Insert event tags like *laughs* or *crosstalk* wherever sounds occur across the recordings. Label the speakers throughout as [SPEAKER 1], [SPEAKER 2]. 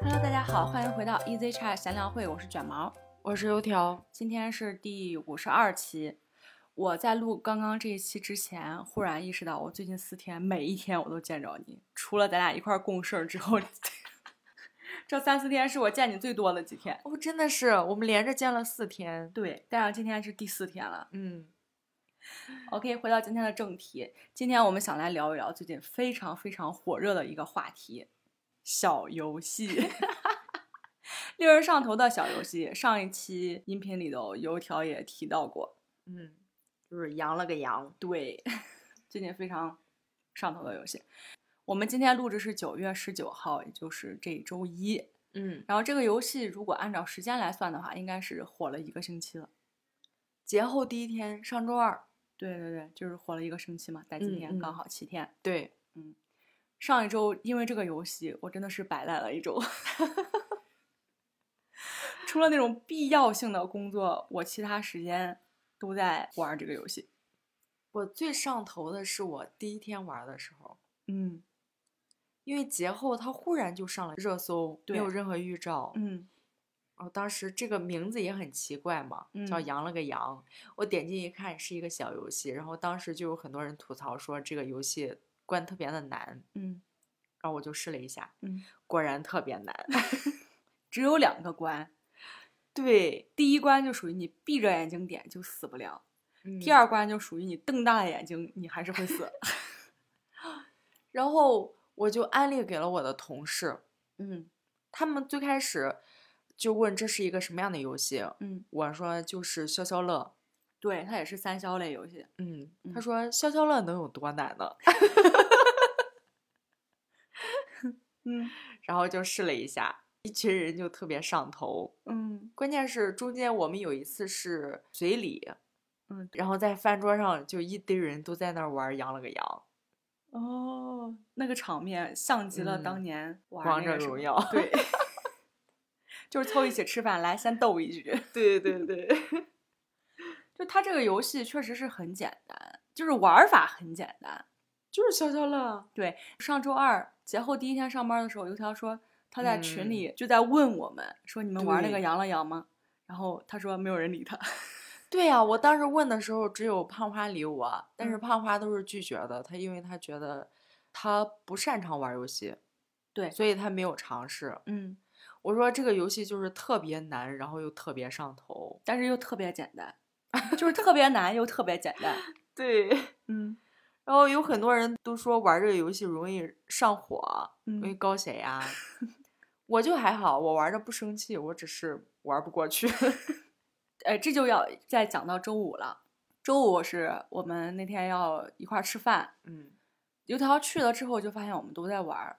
[SPEAKER 1] Hello，大家好，欢迎回到 EZ Chat 闲聊会，我是卷毛，
[SPEAKER 2] 我是油条。
[SPEAKER 1] 今天是第五十二期。我在录刚刚这一期之前，忽然意识到，我最近四天每一天我都见着你，除了咱俩一块儿共事儿之后， *laughs* 这三四天是我见你最多的几天。
[SPEAKER 2] 哦，真的是，我们连着见了四天。
[SPEAKER 1] 对，但是今天是第四天了。
[SPEAKER 2] 嗯，
[SPEAKER 1] OK，回到今天的正题，今天我们想来聊一聊最近非常非常火热的一个话题——小游戏， *laughs* 令人上头的小游戏。上一期音频里头，油条也提到过，
[SPEAKER 2] 嗯，就是扬了个扬。
[SPEAKER 1] 对， *laughs* 最近非常上头的游戏。我们今天录制是九月十九号，也就是这周一。
[SPEAKER 2] 嗯，
[SPEAKER 1] 然后这个游戏如果按照时间来算的话，应该是火了一个星期了。
[SPEAKER 2] 节后第一天，上周二。
[SPEAKER 1] 对对对，就是火了一个星期嘛，但今
[SPEAKER 2] 嗯
[SPEAKER 1] 天
[SPEAKER 2] 嗯
[SPEAKER 1] 刚好七天。
[SPEAKER 2] 对，
[SPEAKER 1] 上一周因为这个游戏，我真的是摆烂了一周。 *laughs* 除了那种必要性的工作，我其他时间都在玩这个游戏。
[SPEAKER 2] 我最上头的是我第一天玩的时候，
[SPEAKER 1] 嗯
[SPEAKER 2] 因为节后它忽然就上了热搜，没有
[SPEAKER 1] 对
[SPEAKER 2] 任何预兆。
[SPEAKER 1] 嗯
[SPEAKER 2] 然后当时这个名字也很奇怪嘛，叫
[SPEAKER 1] 嗯
[SPEAKER 2] 扬了个扬。我点进一看是一个小游戏，然后当时就有很多人吐槽说这个游戏关特别的难，
[SPEAKER 1] 嗯
[SPEAKER 2] 然后我就试了一下，
[SPEAKER 1] 嗯，
[SPEAKER 2] 果然特别难。 *laughs*
[SPEAKER 1] 只有两个关，
[SPEAKER 2] 对，
[SPEAKER 1] 第一关就属于你闭着眼睛点就死不了，第
[SPEAKER 2] 第二
[SPEAKER 1] 二关就属于你瞪大了眼睛你还是会死。 *laughs*
[SPEAKER 2] 然后我就安利给了我的同事，
[SPEAKER 1] 嗯
[SPEAKER 2] 他们最开始就问这是一个什么样的游戏，
[SPEAKER 1] 嗯，
[SPEAKER 2] 我说就是消消乐。
[SPEAKER 1] 对，它也是三消类游戏。
[SPEAKER 2] 嗯，他
[SPEAKER 1] 嗯
[SPEAKER 2] 说消消乐能有多难呢？ *laughs*
[SPEAKER 1] 嗯
[SPEAKER 2] 然后就试了一下，一群人就特别上头。
[SPEAKER 1] 嗯
[SPEAKER 2] 关键是中间我们有一次是随礼，
[SPEAKER 1] 嗯，
[SPEAKER 2] 然后在饭桌上就一堆人都在那儿玩儿羊了个羊，
[SPEAKER 1] 哦，那个场面像极了当
[SPEAKER 2] 嗯
[SPEAKER 1] 年玩
[SPEAKER 2] 王
[SPEAKER 1] 那
[SPEAKER 2] 者
[SPEAKER 1] 个什
[SPEAKER 2] 荣
[SPEAKER 1] 么
[SPEAKER 2] 耀
[SPEAKER 1] *laughs* 对，就是凑一起吃饭来先斗一局。 *laughs*
[SPEAKER 2] 对对对，
[SPEAKER 1] 就它这个游戏确实是很简单，就是玩儿法很简单。
[SPEAKER 2] *laughs* 就是消消乐。
[SPEAKER 1] 对，上周二节后第一天上班的时候，油条说他在群
[SPEAKER 2] 嗯
[SPEAKER 1] 里就在问我们、说你们玩那个
[SPEAKER 2] 对
[SPEAKER 1] 羊了羊吗？然后他说没有人理他。 *laughs*
[SPEAKER 2] 对呀、我当时问的时候只有胖花理我，但是
[SPEAKER 1] 嗯
[SPEAKER 2] 胖花都是拒绝的，他因为他觉得他不擅长玩儿游戏，
[SPEAKER 1] 对
[SPEAKER 2] 所以他没有尝试。
[SPEAKER 1] 嗯，
[SPEAKER 2] 我说这个游戏就是特别难，然后又特别上头。
[SPEAKER 1] 但是又特别简单，就是特别难又特别简单。
[SPEAKER 2] 对， *laughs*
[SPEAKER 1] 嗯
[SPEAKER 2] 然后有很多人都说玩儿这个游戏容易上火，容易
[SPEAKER 1] 嗯，
[SPEAKER 2] 高血 *laughs* 压。我就还好，我玩着不生气，我只是玩不过 *laughs* 去。
[SPEAKER 1] 呃，这就要再讲到周五了。周五是我们那天要一块儿吃饭，
[SPEAKER 2] 嗯，
[SPEAKER 1] 油条去了之后就发现我们都在玩儿，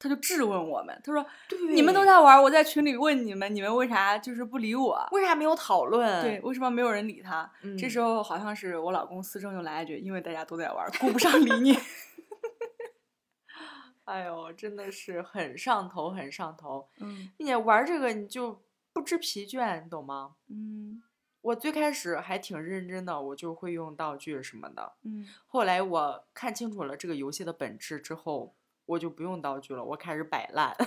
[SPEAKER 1] 他就质问我们，他说
[SPEAKER 2] 对，
[SPEAKER 1] 你们都在玩儿，我在群里问你们，你们为啥就是不理我？
[SPEAKER 2] 为啥没有讨论？
[SPEAKER 1] 对，，嗯为什么没有人理他？这时
[SPEAKER 2] 候
[SPEAKER 1] 候好像是我老公思政就来一句，因为大家都在玩儿，顾不上理你。
[SPEAKER 2] 哎呦，真的是很上头，很上头，
[SPEAKER 1] *laughs* 嗯
[SPEAKER 2] 并且玩这个你就不知疲倦，你懂吗？
[SPEAKER 1] 嗯
[SPEAKER 2] 我最开始还挺认真的，我就会用道具什么的。
[SPEAKER 1] 嗯
[SPEAKER 2] 后来我看清楚了这个游戏的本质之后，我就不用道具了，我开始摆烂。 *laughs*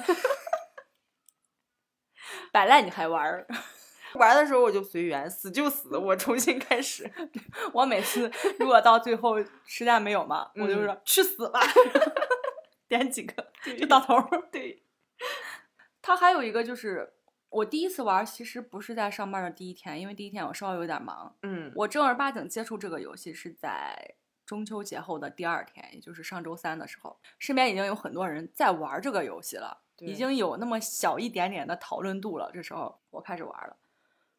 [SPEAKER 1] 摆烂你还玩儿？ *laughs*
[SPEAKER 2] 玩的时候我就随缘，死就死，我重新开始。 *laughs*
[SPEAKER 1] 我每次如果到最后实在没有嘛，我就
[SPEAKER 2] 嗯
[SPEAKER 1] 说去死 *laughs* 吧，点几个就到头儿。 *laughs*
[SPEAKER 2] 对，
[SPEAKER 1] 它还有一个就是，我第一次玩儿其实不是在上班的第一天，因为第一天我稍微有点忙。
[SPEAKER 2] 嗯，
[SPEAKER 1] 我正儿八经接触这个游戏是在中秋节后的第二天，也就是上周三的时候，身边已经有很多人在玩儿这个游戏了，已
[SPEAKER 2] 对
[SPEAKER 1] 经有那么小一点点的讨论度了。这时候我开始玩了。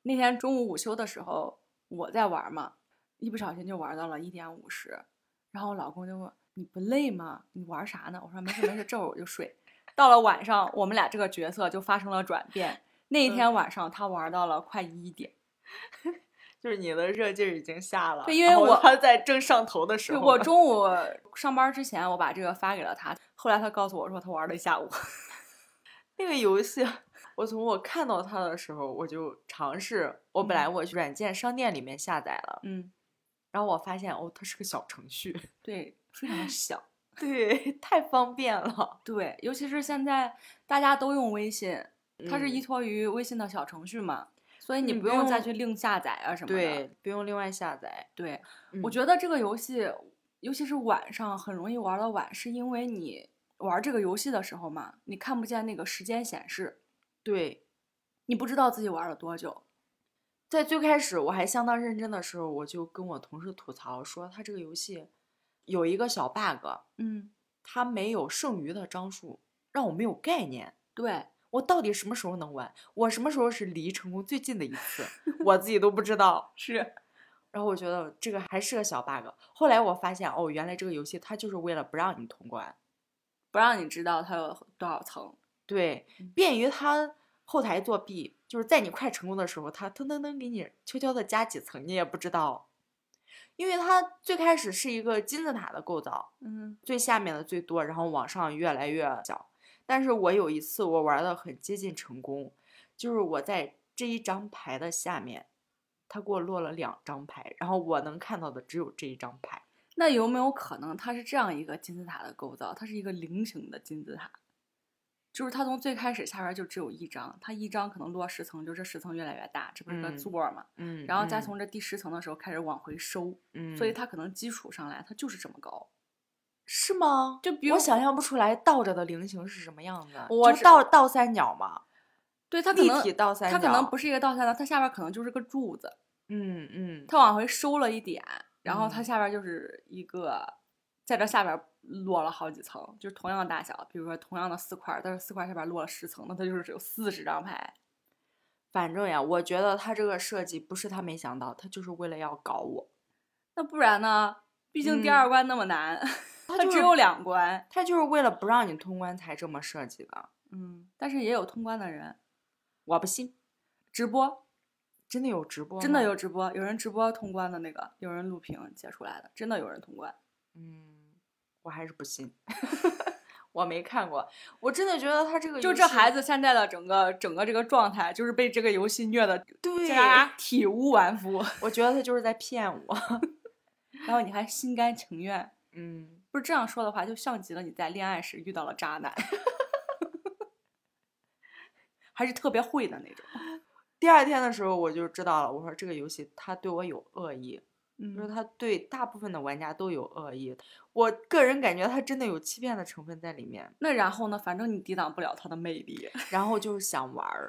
[SPEAKER 1] 那天中午午休的时候，我在玩嘛，一不小心就玩到了一点五十，然后我老公就问：“你不累吗？你玩啥呢？”我说：“没事没事，这会儿我就睡。”到了晚上，我们俩这个角色就发生了转变。那一
[SPEAKER 2] 嗯
[SPEAKER 1] 天晚上，他玩到了快一点，
[SPEAKER 2] 就是你的热劲儿已经下了，
[SPEAKER 1] 对因为
[SPEAKER 2] 然后
[SPEAKER 1] 我
[SPEAKER 2] 他在正上头的时
[SPEAKER 1] 对，
[SPEAKER 2] 候，
[SPEAKER 1] 我中午上班之前，我把这个发给了他，后来他告诉我说他玩了一下午。
[SPEAKER 2] *laughs*
[SPEAKER 1] *laughs*
[SPEAKER 2] 那个游戏，我从我看到它的时候，我就尝试。我本来我去软件商店里面下载了，
[SPEAKER 1] 嗯， *laughs*
[SPEAKER 2] 然后我发现哦，它是个小程序，
[SPEAKER 1] 对，非常小。
[SPEAKER 2] 对，太方便了。
[SPEAKER 1] 对，尤其是现在大家都用微信，它是
[SPEAKER 2] 嗯
[SPEAKER 1] 依托于微信的小程序嘛，所以你
[SPEAKER 2] 你
[SPEAKER 1] 不
[SPEAKER 2] 不
[SPEAKER 1] 用再
[SPEAKER 2] 用
[SPEAKER 1] 去另下载啊什么的。
[SPEAKER 2] 对，不用另外下载。
[SPEAKER 1] 对我
[SPEAKER 2] 嗯
[SPEAKER 1] 觉得这个游戏，尤其是晚上很容易玩到晚，是因为你玩这个游戏的时候嘛，你看不见那个时间显示，
[SPEAKER 2] 对，
[SPEAKER 1] 你不知道自己玩了多久。
[SPEAKER 2] 在最开始我还相当认真的时候，我就跟我同事吐槽说，他这个游戏有一个小 bug，
[SPEAKER 1] 嗯，
[SPEAKER 2] 它没有剩余的张数，让我没有概念。
[SPEAKER 1] 对，
[SPEAKER 2] 我到底什么时候能玩？我什么时候是离成功最近的一次？我自己都不知道。
[SPEAKER 1] 是，
[SPEAKER 2] 然后我觉得这个还是个小 bug。后来我发现，哦，原来这个游戏它就是为了不让你通关，
[SPEAKER 1] 不让你知道它有多少层。
[SPEAKER 2] 对
[SPEAKER 1] 嗯，
[SPEAKER 2] 便于它后台作弊，就是在你快成功的时候，它噔噔噔给你悄悄的加几层，你也不知道。因为它最开始是一个金字塔的构造，
[SPEAKER 1] 嗯
[SPEAKER 2] 最下面的最多，然后往上越来越小。但是我有一次我玩的很接近成功，就是我在这一张牌的下面，它给我落了两张牌，然后我能看到的只有这一张牌。
[SPEAKER 1] 那有没有可能它是这样一个金字塔的构造？它是一个菱形的金字塔，就是它从最开始下边就只有一张，它一张可能落十层，就这十层越来越大，这不是个
[SPEAKER 2] 嗯
[SPEAKER 1] 座儿嘛？
[SPEAKER 2] 嗯
[SPEAKER 1] 然后再从这第十层的时候开始往回收，
[SPEAKER 2] 嗯，
[SPEAKER 1] 所以
[SPEAKER 2] 嗯
[SPEAKER 1] 它可能基础上来它就是这么高。
[SPEAKER 2] 是吗？
[SPEAKER 1] 就比如
[SPEAKER 2] 我想象不出来倒着的菱形是什么样子，
[SPEAKER 1] 我
[SPEAKER 2] 就是倒倒三角嘛，
[SPEAKER 1] 对它可
[SPEAKER 2] 立
[SPEAKER 1] 能
[SPEAKER 2] 体倒三
[SPEAKER 1] 它
[SPEAKER 2] 角，
[SPEAKER 1] 可能不是一个倒三角，它下边可能就是个柱子，
[SPEAKER 2] 嗯嗯，
[SPEAKER 1] 它往回收了一点，然后它
[SPEAKER 2] 嗯
[SPEAKER 1] 下边就是一个，在这下边落了好几层，就是同样大小，比如说同样的四块，但是四块下边落了十层，那它就是只有四十张牌。
[SPEAKER 2] 反正呀，我觉得他这个设计不是他没想到，他就是为了要搞我。
[SPEAKER 1] 那不然呢？毕竟第
[SPEAKER 2] 嗯
[SPEAKER 1] 二关那么难，
[SPEAKER 2] 它
[SPEAKER 1] 它
[SPEAKER 2] 就
[SPEAKER 1] 只
[SPEAKER 2] 是
[SPEAKER 1] 有两关，
[SPEAKER 2] 他就是为了不让你通关才这么设计的。
[SPEAKER 1] 嗯，但是也有通关的人。
[SPEAKER 2] 我不信，
[SPEAKER 1] 直播
[SPEAKER 2] 真的有直播，
[SPEAKER 1] 真的有，直播，有人直播通关的那个，有人录屏截出来的，真的有人通关。
[SPEAKER 2] 嗯，我还是不信， *laughs* 我没看过，我真的觉得他这个
[SPEAKER 1] 就
[SPEAKER 2] 游
[SPEAKER 1] 这
[SPEAKER 2] 戏
[SPEAKER 1] 孩子现在的整个整个这个状态，就是被这个游戏虐的
[SPEAKER 2] 对，
[SPEAKER 1] 家体无完肤， *laughs*
[SPEAKER 2] 我觉得他就是在骗我，
[SPEAKER 1] 然后你还心甘情愿，
[SPEAKER 2] 嗯，
[SPEAKER 1] 不是这样说的话，就像极了你在恋爱时遇到了渣男， *laughs* 还是特别会的那种。
[SPEAKER 2] 第二天的时候我就知道了，我说这个游戏他对我有恶意，就是
[SPEAKER 1] 嗯，
[SPEAKER 2] 他对大部分的玩家都有恶意，我个人感觉他真的有欺骗的成分在里面，
[SPEAKER 1] 那然后呢？反正你抵挡不了他的魅力。
[SPEAKER 2] 然后就是想玩
[SPEAKER 1] *laughs*
[SPEAKER 2] 儿。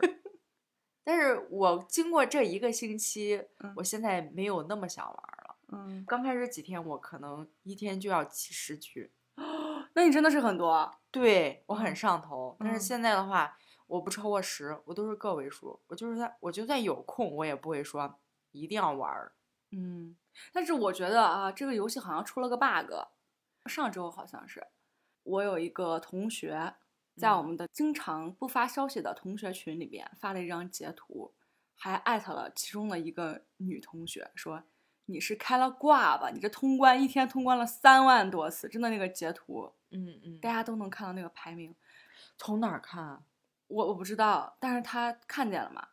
[SPEAKER 2] 但是我经过这一个星期，
[SPEAKER 1] 嗯
[SPEAKER 2] 我现在没有那么想玩儿了。
[SPEAKER 1] 嗯，
[SPEAKER 2] 刚开始几天，我可能一天就要几十局，
[SPEAKER 1] 那你真的是很多，
[SPEAKER 2] 对我很
[SPEAKER 1] 嗯
[SPEAKER 2] 上头，但是
[SPEAKER 1] 嗯
[SPEAKER 2] 现在的话，我不超过十，我都是个位数。我就是在，我就算有空，我也不会说一定要玩儿。
[SPEAKER 1] 嗯，但是我觉得啊，这个游戏好像出了个 bug，上周好像是，我有一个同学在我
[SPEAKER 2] 嗯
[SPEAKER 1] 们的经常不发消息的同学群里边发了一张截图，还艾特了其中的一个女同学说。你是开了挂吧？你这通关一天通关了三万多次，真的那个截图，
[SPEAKER 2] 嗯嗯，
[SPEAKER 1] 大家都能看到那个排名。
[SPEAKER 2] 从哪儿看啊？
[SPEAKER 1] 我我不知道，但是他看见了嘛。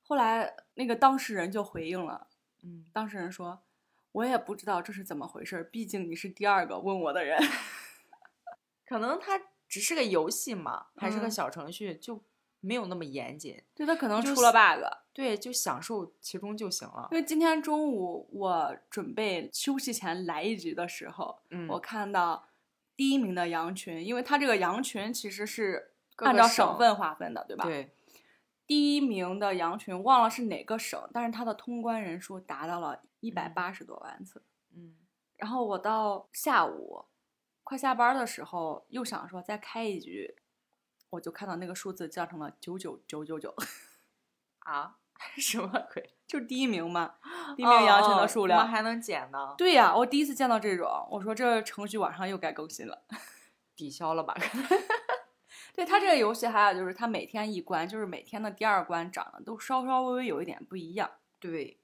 [SPEAKER 1] 后来那个当事人就回应了，
[SPEAKER 2] 嗯，
[SPEAKER 1] 当事人说：“我也不知道这是怎么回事儿，毕竟你是第二个问我的人。 *laughs*
[SPEAKER 2] 可能它只是个游戏嘛，还是个
[SPEAKER 1] 嗯
[SPEAKER 2] 小程序，就没有那么严谨。”
[SPEAKER 1] 对他可能
[SPEAKER 2] 就
[SPEAKER 1] 出了
[SPEAKER 2] 是
[SPEAKER 1] bug，
[SPEAKER 2] 对，就享受其中就行了
[SPEAKER 1] 因。为今天中午我准备休息前来一局的时候，
[SPEAKER 2] 嗯，
[SPEAKER 1] 我看到第一名的羊群，因为它这个羊群其实是
[SPEAKER 2] 各
[SPEAKER 1] 按
[SPEAKER 2] 个
[SPEAKER 1] 照省
[SPEAKER 2] 省
[SPEAKER 1] 份划分的，对吧？
[SPEAKER 2] 对，
[SPEAKER 1] 第一名的羊群忘了是哪个省，但是它的通关人数达到了一百八十多万次。
[SPEAKER 2] 嗯
[SPEAKER 1] 然后我到下午快下班儿的时候，又想说再开一局，我就看到那个数字降成了九九九九 *laughs* 九，
[SPEAKER 2] 啊，什么鬼？
[SPEAKER 1] 就是第一名嘛，第一名羊群
[SPEAKER 2] 哦
[SPEAKER 1] 的
[SPEAKER 2] 哦
[SPEAKER 1] 数
[SPEAKER 2] 怎么
[SPEAKER 1] 量。
[SPEAKER 2] 还能减呢？
[SPEAKER 1] 对呀、我第一次见到这种，我说这程序晚上又该更新了。 *laughs*
[SPEAKER 2] 抵消了吧？ *laughs* 可能
[SPEAKER 1] 对它这个游戏，还有就是它每天一关，就是每天的第二关长得都稍稍微微有一点不一样。
[SPEAKER 2] 对，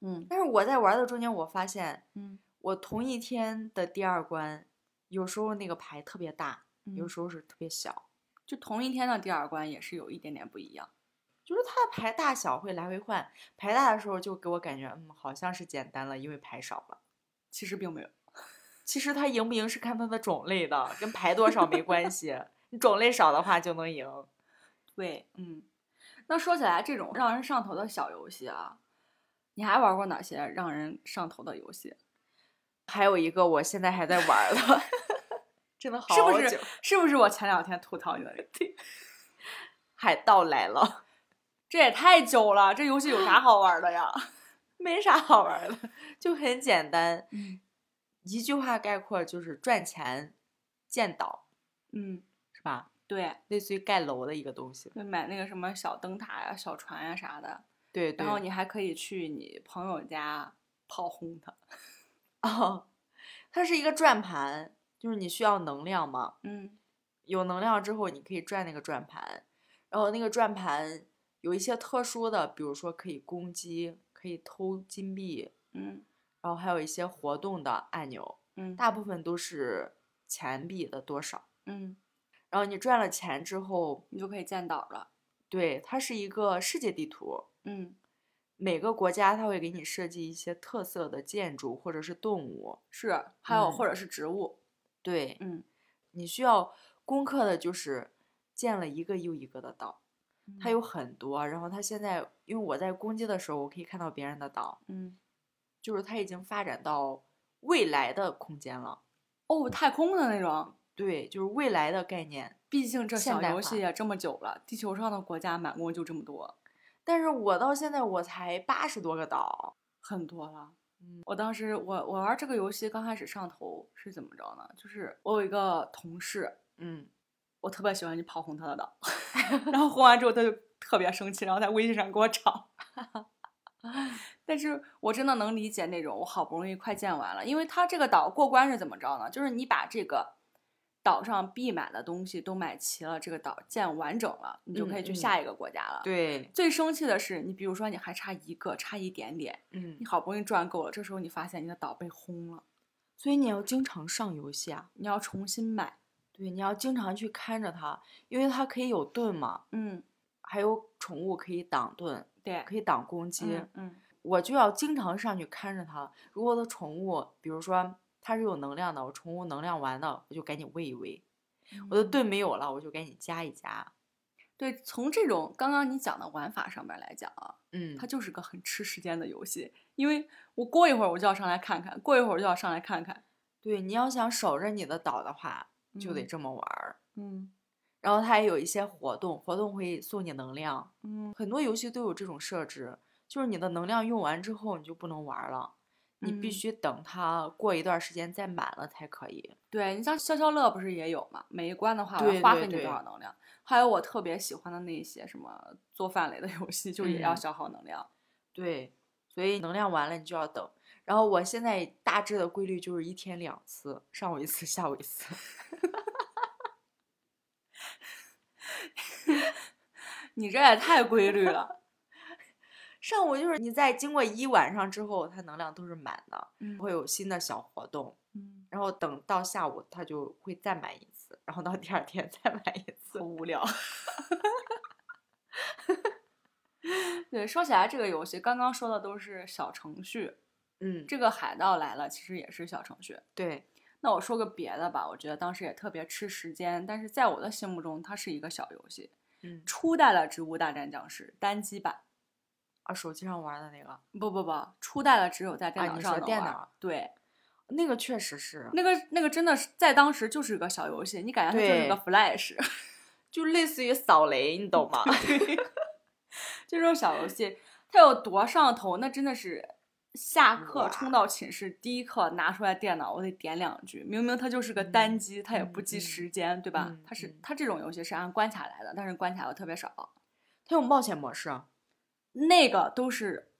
[SPEAKER 1] 嗯
[SPEAKER 2] 但是我在玩的中间，我发现
[SPEAKER 1] 嗯，
[SPEAKER 2] 我同一天的第二关，有时候那个牌特别大，有
[SPEAKER 1] 有时
[SPEAKER 2] 时候是特别小，
[SPEAKER 1] 嗯就同一天的第二关也是有一点点不一样。
[SPEAKER 2] 就是它的牌大小会来回换。牌大的时候就给我感觉，嗯，好像是简单了，因为牌少了。
[SPEAKER 1] 其实并没有，
[SPEAKER 2] 其实他赢不赢是看他的种类的，跟牌多少没关系。你种类少的话就能赢。
[SPEAKER 1] 对，嗯。那说起来，这种让人上头的小游戏啊，你还玩过哪些让人上头的游戏？
[SPEAKER 2] 还有一个我现在还在玩儿的，真的好
[SPEAKER 1] 是不
[SPEAKER 2] 久
[SPEAKER 1] 是？是不是我前两天吐槽你的？ *laughs*
[SPEAKER 2] 海盗来了，
[SPEAKER 1] 这也太久了，这游戏有啥好玩的呀？
[SPEAKER 2] *laughs* 没啥好玩儿的，就很简单，
[SPEAKER 1] 嗯
[SPEAKER 2] 一句话概括就是赚钱、建岛，
[SPEAKER 1] 嗯，
[SPEAKER 2] 是吧？
[SPEAKER 1] 对，
[SPEAKER 2] 类似于盖楼的一个东西。
[SPEAKER 1] 就买那个什么小灯塔呀、小船呀啥的，
[SPEAKER 2] 对对。
[SPEAKER 1] 然后你还可以去你朋友家炮轰他。
[SPEAKER 2] *laughs* 哦，它是一个转盘，就是你需要能量嘛，
[SPEAKER 1] 嗯
[SPEAKER 2] 有能量之后你可以转那个转盘，然后那个转盘有一些特殊的，比如说可以攻击，可以偷金币，
[SPEAKER 1] 嗯
[SPEAKER 2] 然后还有一些活动的按钮，
[SPEAKER 1] 嗯
[SPEAKER 2] 大部分都是钱币的多少。
[SPEAKER 1] 嗯，
[SPEAKER 2] 然后你赚了钱之后，
[SPEAKER 1] 你就可以建岛了。
[SPEAKER 2] 对，它是一个世界地图，
[SPEAKER 1] 嗯，
[SPEAKER 2] 每个国家它会给你设计一些特色的建筑或者是动物，
[SPEAKER 1] 是，还有
[SPEAKER 2] 嗯
[SPEAKER 1] 或者是植物。
[SPEAKER 2] 对，
[SPEAKER 1] 嗯，
[SPEAKER 2] 你需要攻克的就是建了一个又一个的岛，它
[SPEAKER 1] 还
[SPEAKER 2] 有很多。然后它现在，因为我在攻击的时候，我可以看到别人的岛，
[SPEAKER 1] 嗯
[SPEAKER 2] 就是它已经发展到未来的空间了。
[SPEAKER 1] 哦，太空的那种。
[SPEAKER 2] 对，就是未来的概念。
[SPEAKER 1] 毕竟这
[SPEAKER 2] 现
[SPEAKER 1] 小
[SPEAKER 2] 代
[SPEAKER 1] 游
[SPEAKER 2] 化
[SPEAKER 1] 戏也这么久了，地球上的国家满共就这么多，
[SPEAKER 2] 但是我到现在我才八十多个岛，
[SPEAKER 1] 很多了。
[SPEAKER 2] 嗯
[SPEAKER 1] 我当时我我玩这个游戏刚开始上头是怎么着呢？就是我有一个同事，
[SPEAKER 2] 嗯，
[SPEAKER 1] 我特别喜欢去炮轰他的
[SPEAKER 2] *laughs*
[SPEAKER 1] 岛，然后轰完之后他就特别生气，然后在微信上给我
[SPEAKER 2] *laughs*
[SPEAKER 1] 吵。但是我真的能理解那种我好不容易快建完了，因为他这个岛过关是怎么着呢？就是你把这个岛上必买的东西都买齐了，这个岛建完整了，你就可以
[SPEAKER 2] 嗯嗯
[SPEAKER 1] 去下一个国家了。
[SPEAKER 2] 对，
[SPEAKER 1] 最生气的是，你比如说你还差一个，差一点点，
[SPEAKER 2] 嗯
[SPEAKER 1] 你，好不容易赚够了，这时候你发现你的岛被轰了，
[SPEAKER 2] 所以你要经常上游戏啊，
[SPEAKER 1] 你要重新买。
[SPEAKER 2] 对，你要经常去看着它，因为它可以有盾嘛，
[SPEAKER 1] 嗯，
[SPEAKER 2] 还有宠物可以挡盾，
[SPEAKER 1] 对，
[SPEAKER 2] 可以挡攻击。
[SPEAKER 1] 嗯嗯
[SPEAKER 2] 我就要经常上去看着它。如果我的宠物，比如说它是有能量的，我宠物能量完了，我就赶紧喂一喂；我的
[SPEAKER 1] 嗯
[SPEAKER 2] 盾没有了，我就赶紧加一加。
[SPEAKER 1] 对，从这种刚刚你讲的玩法上面来讲啊，
[SPEAKER 2] 嗯
[SPEAKER 1] 它，就是个很吃时间的游戏，因为我过一会儿我就要上来看看，过一会儿就要上来看看，
[SPEAKER 2] 对，你要想守着你的岛的话，就得
[SPEAKER 1] 嗯
[SPEAKER 2] 这么玩儿。
[SPEAKER 1] 嗯
[SPEAKER 2] 然后它也有一些活动，活动会送你能量，
[SPEAKER 1] 嗯
[SPEAKER 2] 很多游戏都有这种设置，就是你的能量用完之后你就不能玩儿了，你必
[SPEAKER 1] 嗯
[SPEAKER 2] 须等它过一段时间再满了才可以。
[SPEAKER 1] 对你像消消乐不是也有嘛？每一关的话我要
[SPEAKER 2] 对
[SPEAKER 1] 花
[SPEAKER 2] 对
[SPEAKER 1] 费你
[SPEAKER 2] 对
[SPEAKER 1] 多少能量？还有我特别喜欢的那些什么做饭类的游戏，就也要
[SPEAKER 2] 嗯
[SPEAKER 1] 消耗能量。
[SPEAKER 2] 对，所以能量完了你就要等。然后我现在大致的规律就是一天两次，上午一次，下午一次。 *laughs*
[SPEAKER 1] 你这也太规律了，
[SPEAKER 2] 上午就是你在经过一晚上之后，它能量都是满的，
[SPEAKER 1] 嗯
[SPEAKER 2] 会有新的小活动。
[SPEAKER 1] 嗯，
[SPEAKER 2] 然后等到下午，它就会再满一次，然后到第二天 *laughs* 再满一
[SPEAKER 1] 好
[SPEAKER 2] 次。
[SPEAKER 1] 无聊。对，说起来这个游戏，刚刚说的都是小程序，
[SPEAKER 2] *laughs* 嗯，
[SPEAKER 1] 这个海盗来了其实也是小程序。
[SPEAKER 2] 对，
[SPEAKER 1] 那我说个别的吧，我觉得当时也特别吃时间，但是在我的心目中，它是一个小游戏。
[SPEAKER 2] 嗯，
[SPEAKER 1] 初代的《植物大战僵尸》单机版，
[SPEAKER 2] 啊，手机上玩的那个，
[SPEAKER 1] 不不不，初代的只有在电
[SPEAKER 2] 啊
[SPEAKER 1] 脑
[SPEAKER 2] 你
[SPEAKER 1] 上
[SPEAKER 2] 说
[SPEAKER 1] 能
[SPEAKER 2] 电
[SPEAKER 1] 玩
[SPEAKER 2] 脑儿
[SPEAKER 1] 对，
[SPEAKER 2] 那个确实是，
[SPEAKER 1] 那个那个真的是在当时就是个小游戏，你感觉它就是个 Flash，
[SPEAKER 2] 就类似于扫雷，你懂吗？ *laughs*
[SPEAKER 1] *laughs* 就这种小游戏，它有多上头，那真的是。下课
[SPEAKER 2] 哇
[SPEAKER 1] 冲到寝室，第一课拿出来电脑，我得点两局。明明它就是个单
[SPEAKER 2] 嗯
[SPEAKER 1] 机，它也不
[SPEAKER 2] 嗯
[SPEAKER 1] 计
[SPEAKER 2] 嗯
[SPEAKER 1] 时间，对吧？
[SPEAKER 2] 嗯
[SPEAKER 1] 它是
[SPEAKER 2] 嗯
[SPEAKER 1] 它这种游戏是按关卡来的，但是关卡又特别少。
[SPEAKER 2] 它有冒险模式啊，
[SPEAKER 1] 那个都是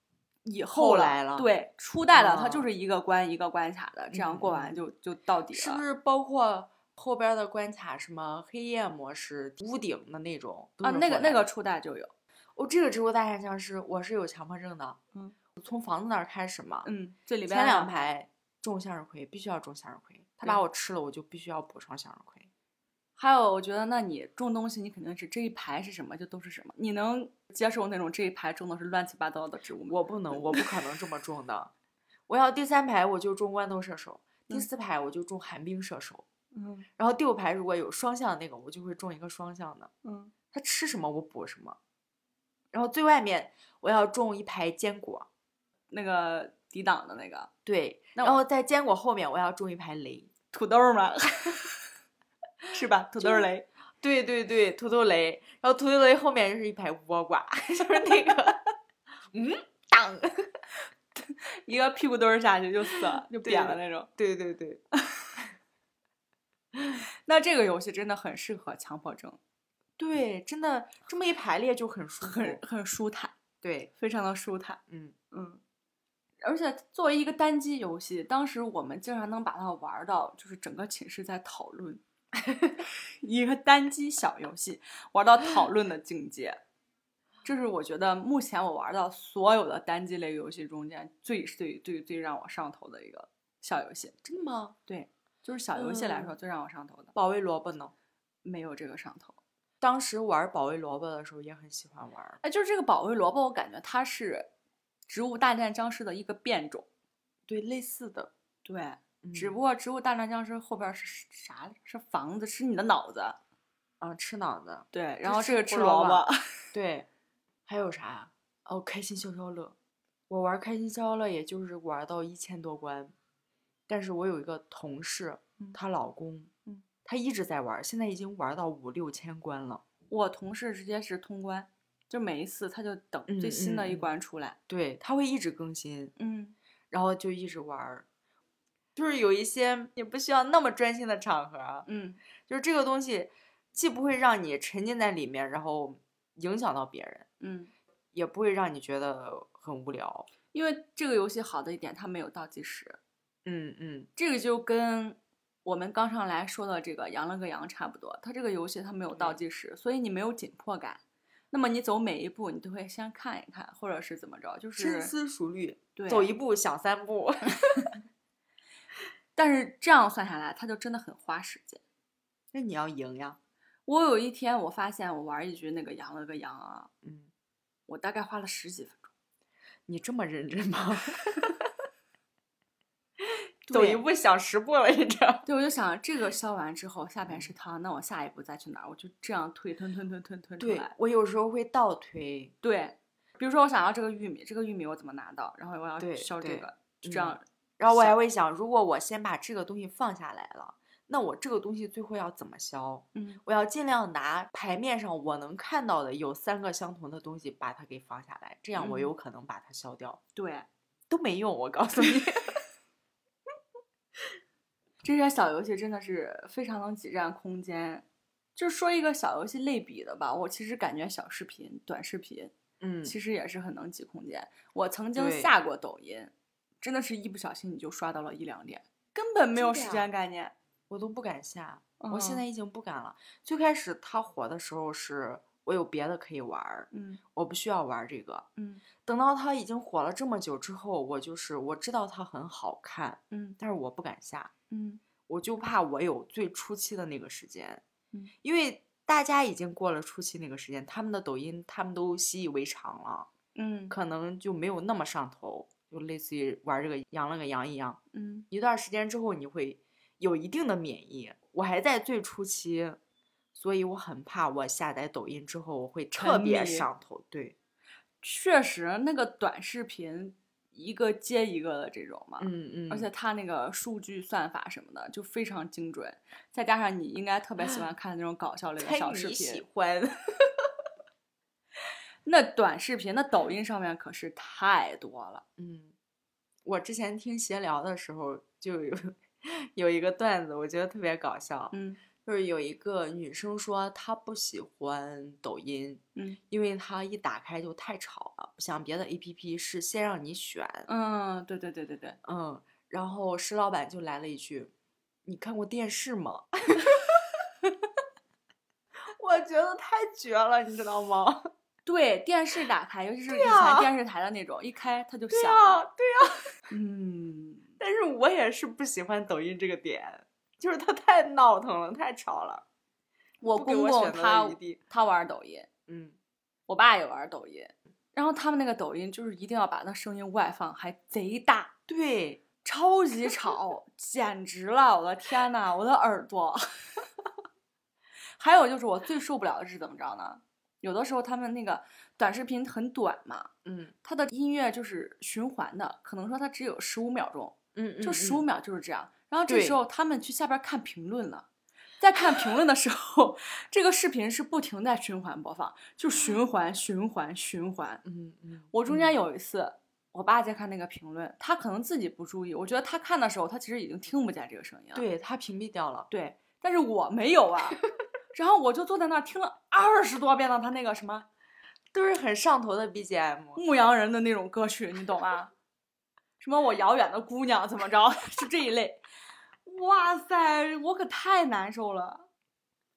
[SPEAKER 1] 以后
[SPEAKER 2] 后来了
[SPEAKER 1] 对，初代的它就
[SPEAKER 2] 啊
[SPEAKER 1] 是一个关一个关卡的，这样过
[SPEAKER 2] 嗯
[SPEAKER 1] 完
[SPEAKER 2] 嗯
[SPEAKER 1] 就就到底了。
[SPEAKER 2] 是不是包括后边儿的关卡，什么黑夜模式、屋顶的那种
[SPEAKER 1] 啊？那个那，
[SPEAKER 2] 都是后来
[SPEAKER 1] 个
[SPEAKER 2] 的
[SPEAKER 1] 初代就有，
[SPEAKER 2] 哦，这个植物大战僵尸，我是有强迫症的，
[SPEAKER 1] 嗯，
[SPEAKER 2] 从房子那儿开始嘛，
[SPEAKER 1] 嗯，最里边
[SPEAKER 2] 前两
[SPEAKER 1] 的
[SPEAKER 2] 排种向日葵，必须要种向日葵，他
[SPEAKER 1] 对
[SPEAKER 2] 把我吃了，我就必须要补上向日葵。
[SPEAKER 1] 还有，我觉得那你种东西，你肯定是这一排是什么就都是什么。你能接受那种这一排种的是乱七八糟的植物吗？
[SPEAKER 2] *laughs* 我不能，我不可能这么种的，我要第三排我就种豌豆射手，第
[SPEAKER 1] 嗯
[SPEAKER 2] 四排我就中寒冰射手，
[SPEAKER 1] 嗯
[SPEAKER 2] 然后第五排如果有双向那个，我就会中一个双向的。
[SPEAKER 1] 嗯，
[SPEAKER 2] 他吃什么我补什么，然后最外面我要种一排坚果，
[SPEAKER 1] 那个抵挡的那个
[SPEAKER 2] 对，
[SPEAKER 1] 那
[SPEAKER 2] 然
[SPEAKER 1] 我
[SPEAKER 2] 后在坚果后面我要种一排雷，
[SPEAKER 1] 土豆儿嘛， *laughs* 是吧？土豆
[SPEAKER 2] 就
[SPEAKER 1] 儿
[SPEAKER 2] 是
[SPEAKER 1] 雷，
[SPEAKER 2] 对对对，土豆雷，然后土豆雷后面是一排倭瓜， *laughs* 就是那个， *laughs* 嗯，当，
[SPEAKER 1] 一个屁股墩儿下去就死了，就
[SPEAKER 2] 对
[SPEAKER 1] 扁了那种。
[SPEAKER 2] 对对对，
[SPEAKER 1] 那这个游戏真的很适合强迫症，
[SPEAKER 2] 对，真的这么一排列就很舒服，
[SPEAKER 1] 很很舒坦，
[SPEAKER 2] 对，
[SPEAKER 1] 非常的舒坦。
[SPEAKER 2] 嗯，
[SPEAKER 1] 嗯，而且作为一个单机游戏，当时我们经常能把它玩儿到，就是整个寝室在讨论 *laughs* 一个单机小游戏，玩到讨论的境界。这是我觉得目前我玩到所有的单机类游戏中间最最最最让我上头的一个小游戏，
[SPEAKER 2] 真的吗？
[SPEAKER 1] 对，就是小游戏来说最让我上头的，
[SPEAKER 2] 嗯保卫萝卜呢？
[SPEAKER 1] 没有这个上头。
[SPEAKER 2] 当时玩保卫萝卜的时候也很喜欢玩儿，
[SPEAKER 1] 哎，就是这个保卫萝卜，我感觉它是《植物大战僵尸》的一个变种，
[SPEAKER 2] 对，类似的，
[SPEAKER 1] 对，只
[SPEAKER 2] 只不
[SPEAKER 1] 不过《植物大战僵尸》后边儿是是啥来着？是房子，是你的脑子。
[SPEAKER 2] 啊、吃脑子，
[SPEAKER 1] 对，
[SPEAKER 2] 就
[SPEAKER 1] 然后
[SPEAKER 2] 是
[SPEAKER 1] 这个
[SPEAKER 2] 胡
[SPEAKER 1] 吃萝
[SPEAKER 2] 萝卜 *laughs*
[SPEAKER 1] 卜，
[SPEAKER 2] 对，还有啥呀？哦，开心消消乐，我玩开心消消乐，也就是玩到一千多关，但是我有一个同事
[SPEAKER 1] 嗯，
[SPEAKER 2] 她老公，
[SPEAKER 1] 嗯
[SPEAKER 2] 她一直在玩，现在已经玩到五六千关了。
[SPEAKER 1] 我同事直接是通关，就每一次他就等
[SPEAKER 2] 嗯
[SPEAKER 1] 最新的一
[SPEAKER 2] 嗯嗯
[SPEAKER 1] 关出来。
[SPEAKER 2] 对，她会一直更新，
[SPEAKER 1] 嗯，
[SPEAKER 2] 然后就一直玩儿，就是有一些也不需要那么专心的场合啊，
[SPEAKER 1] 嗯，
[SPEAKER 2] 就是这个东西既不会让你沉浸在里面，然后影响到别人，
[SPEAKER 1] 嗯，
[SPEAKER 2] 也不会让你觉得很无聊。
[SPEAKER 1] 因为这个游戏好的一点，它没有倒计时，
[SPEAKER 2] 嗯嗯，
[SPEAKER 1] 这个就跟我们刚上来说的这个羊了个羊差不多。它这个游戏它没有倒
[SPEAKER 2] 对
[SPEAKER 1] 计时，所以你没有紧迫感。那么你走每一步，你都会先看一看，或者是怎么着，就
[SPEAKER 2] 深
[SPEAKER 1] 是
[SPEAKER 2] 思熟虑，
[SPEAKER 1] 对
[SPEAKER 2] 走一步想三步。 *laughs*
[SPEAKER 1] 但是这样算下来，它就真的很花时间。
[SPEAKER 2] 那你要赢呀。
[SPEAKER 1] 我有一天，我发现我玩一局那个羊了个羊啊，
[SPEAKER 2] 嗯，
[SPEAKER 1] 我大概花了十几分钟。
[SPEAKER 2] 你这么认真吗？ *laughs* 走
[SPEAKER 1] 对
[SPEAKER 2] 一步想十步了， *laughs* 你这。
[SPEAKER 1] 对，我就想这个消完之后，下边是汤，那我下一步再去哪儿？我就这样推推推推推推出
[SPEAKER 2] 对
[SPEAKER 1] 来。
[SPEAKER 2] 我有时候会倒推，
[SPEAKER 1] 对，比如说我想要这个玉米，这个玉米我怎么拿到？然后我要
[SPEAKER 2] 对
[SPEAKER 1] 削这
[SPEAKER 2] 对
[SPEAKER 1] 个，就这样。
[SPEAKER 2] 然后我还
[SPEAKER 1] 想
[SPEAKER 2] 会想，如果我先把这个东西放下来了，那我这个东西最后要怎么消？
[SPEAKER 1] 嗯，
[SPEAKER 2] 我要尽量拿牌面上我能看到的有三个相同的东西把它给放下来，这样我有可能把它消掉。
[SPEAKER 1] 对，
[SPEAKER 2] 都没用，我告诉 *laughs* 你。
[SPEAKER 1] 这些小游戏真的是非常能挤占空间。就说一个小游戏类比的吧，我其实感觉小视频、短视频
[SPEAKER 2] 嗯
[SPEAKER 1] 其实也是很能挤空间。我曾经
[SPEAKER 2] 对
[SPEAKER 1] 下过抖音，真的是一不小心你就刷到了一两点，根本没
[SPEAKER 2] 真
[SPEAKER 1] 有
[SPEAKER 2] 的
[SPEAKER 1] 时
[SPEAKER 2] 呀
[SPEAKER 1] 间概念。
[SPEAKER 2] 我都不敢下，我现
[SPEAKER 1] 嗯
[SPEAKER 2] 在已经不敢了。最开始它火的时候是我有别的可以玩儿，
[SPEAKER 1] 嗯
[SPEAKER 2] 我不需要玩儿这个。
[SPEAKER 1] 嗯
[SPEAKER 2] 等到它已经火了这么久之后，我就是我知道它很好看，
[SPEAKER 1] 嗯
[SPEAKER 2] 但是我不敢下，
[SPEAKER 1] 嗯
[SPEAKER 2] 我就怕我有最初期的那个时间，
[SPEAKER 1] 嗯
[SPEAKER 2] 因为大家已经过了初期那个时间，他们的抖音他们都习以为常了，
[SPEAKER 1] 嗯
[SPEAKER 2] 可能就没有那么上头，就类似于玩儿这个羊了个羊一样。
[SPEAKER 1] 嗯
[SPEAKER 2] 一段时间之后，你会有一定的免疫。我还在最初期，所以我很怕我下载抖音之后，我会特
[SPEAKER 1] 沉
[SPEAKER 2] 别
[SPEAKER 1] 迷
[SPEAKER 2] 上头。对，
[SPEAKER 1] 确实那个短视频一个接一个的这种嘛，
[SPEAKER 2] 嗯嗯，
[SPEAKER 1] 而且它那个数据算法什么的就非常精准，再加上你应该特别喜欢看那种搞笑类的
[SPEAKER 2] 啊猜
[SPEAKER 1] 小
[SPEAKER 2] 你
[SPEAKER 1] 视
[SPEAKER 2] 喜
[SPEAKER 1] 频，
[SPEAKER 2] 欢，
[SPEAKER 1] 那短视频那抖音上面可是太多了。
[SPEAKER 2] 嗯，我之前听闲聊的时候就有 *laughs* 有一个段子，我觉得特别搞笑，
[SPEAKER 1] 嗯
[SPEAKER 2] 就是有一个女生说她不喜欢抖音，
[SPEAKER 1] 嗯
[SPEAKER 2] 因为她一打开就太吵了，不像别的 A P P 是先让你选，
[SPEAKER 1] 嗯，对对对对对，
[SPEAKER 2] 嗯，然后石老板就来了一句：“你看过电视吗？” *laughs* 我觉得太绝了，你知道 *laughs* 吗？
[SPEAKER 1] 对电视打开，尤其是以前
[SPEAKER 2] 呀
[SPEAKER 1] 电视台的那种，一开它就
[SPEAKER 2] 啊对啊
[SPEAKER 1] 响
[SPEAKER 2] 呀、
[SPEAKER 1] 了。
[SPEAKER 2] 对呀、
[SPEAKER 1] 嗯，
[SPEAKER 2] 但是我也是不喜欢抖音这个点，就是它太闹腾了，太吵了。
[SPEAKER 1] 我
[SPEAKER 2] 不给
[SPEAKER 1] 公
[SPEAKER 2] 我
[SPEAKER 1] 公
[SPEAKER 2] 选择的
[SPEAKER 1] 他
[SPEAKER 2] 余地
[SPEAKER 1] 他玩抖音，
[SPEAKER 2] 嗯，
[SPEAKER 1] 我爸也玩抖音，然后他们那个抖音就是一定要把那声音外放，还贼大。
[SPEAKER 2] 对，
[SPEAKER 1] 超级吵，简直了！我的天呐，我的耳朵。 *laughs* 还有就是我最受不了的是怎么着呢？有的时候他们那个短视频很短嘛，
[SPEAKER 2] 嗯
[SPEAKER 1] 它的音乐就是循环的，可能说它只有十五秒钟，
[SPEAKER 2] 嗯，
[SPEAKER 1] 就
[SPEAKER 2] 嗯
[SPEAKER 1] 十五，
[SPEAKER 2] 嗯
[SPEAKER 1] 秒就是这样。然后这时
[SPEAKER 2] 对
[SPEAKER 1] 候他们去下边看评论了，在看评论的时候， *laughs* 这个视频是不停在循环播放，就循环循环循环。
[SPEAKER 2] 啊嗯嗯，
[SPEAKER 1] 我中间
[SPEAKER 2] 嗯
[SPEAKER 1] 有一次，我爸在看那个评论，他可能自己不注意，我觉得他看的时候，他其实已经听不见这个声音了。
[SPEAKER 2] 对他屏蔽掉了，
[SPEAKER 1] 对，但是我没有啊。 *laughs* 然后我就坐在那儿听了二十多遍的他那个什么
[SPEAKER 2] 都是很上头的 BGM，
[SPEAKER 1] 牧羊人的那种歌曲，你懂吗？什么我遥远的姑娘怎么着， *laughs* 就这一类。哇塞，我可太难受了。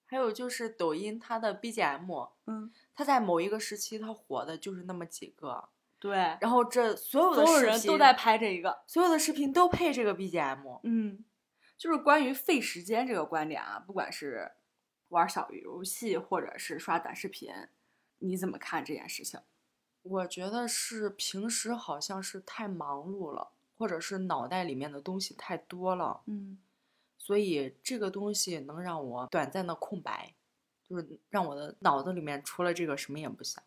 [SPEAKER 2] 还有就是抖音它的 BGM，
[SPEAKER 1] 嗯，
[SPEAKER 2] 它在某一个时期它火的就是那么几个，
[SPEAKER 1] 对，
[SPEAKER 2] 然后这所有
[SPEAKER 1] 所
[SPEAKER 2] 的
[SPEAKER 1] 有
[SPEAKER 2] 视
[SPEAKER 1] 人都
[SPEAKER 2] 频
[SPEAKER 1] 在拍这一个。
[SPEAKER 2] 所有的视频都配这个 BGM，
[SPEAKER 1] 嗯，就是关于费时间这个观点啊，不管是玩小游戏或者是刷短视频，你怎么看这件事情？
[SPEAKER 2] 我觉得是平时好像是太忙碌了，或者是脑袋里面的东西太多了，
[SPEAKER 1] 嗯
[SPEAKER 2] 所以这个东西能让我短暂的空白，就是让我的脑子里面除了这个什么也不想，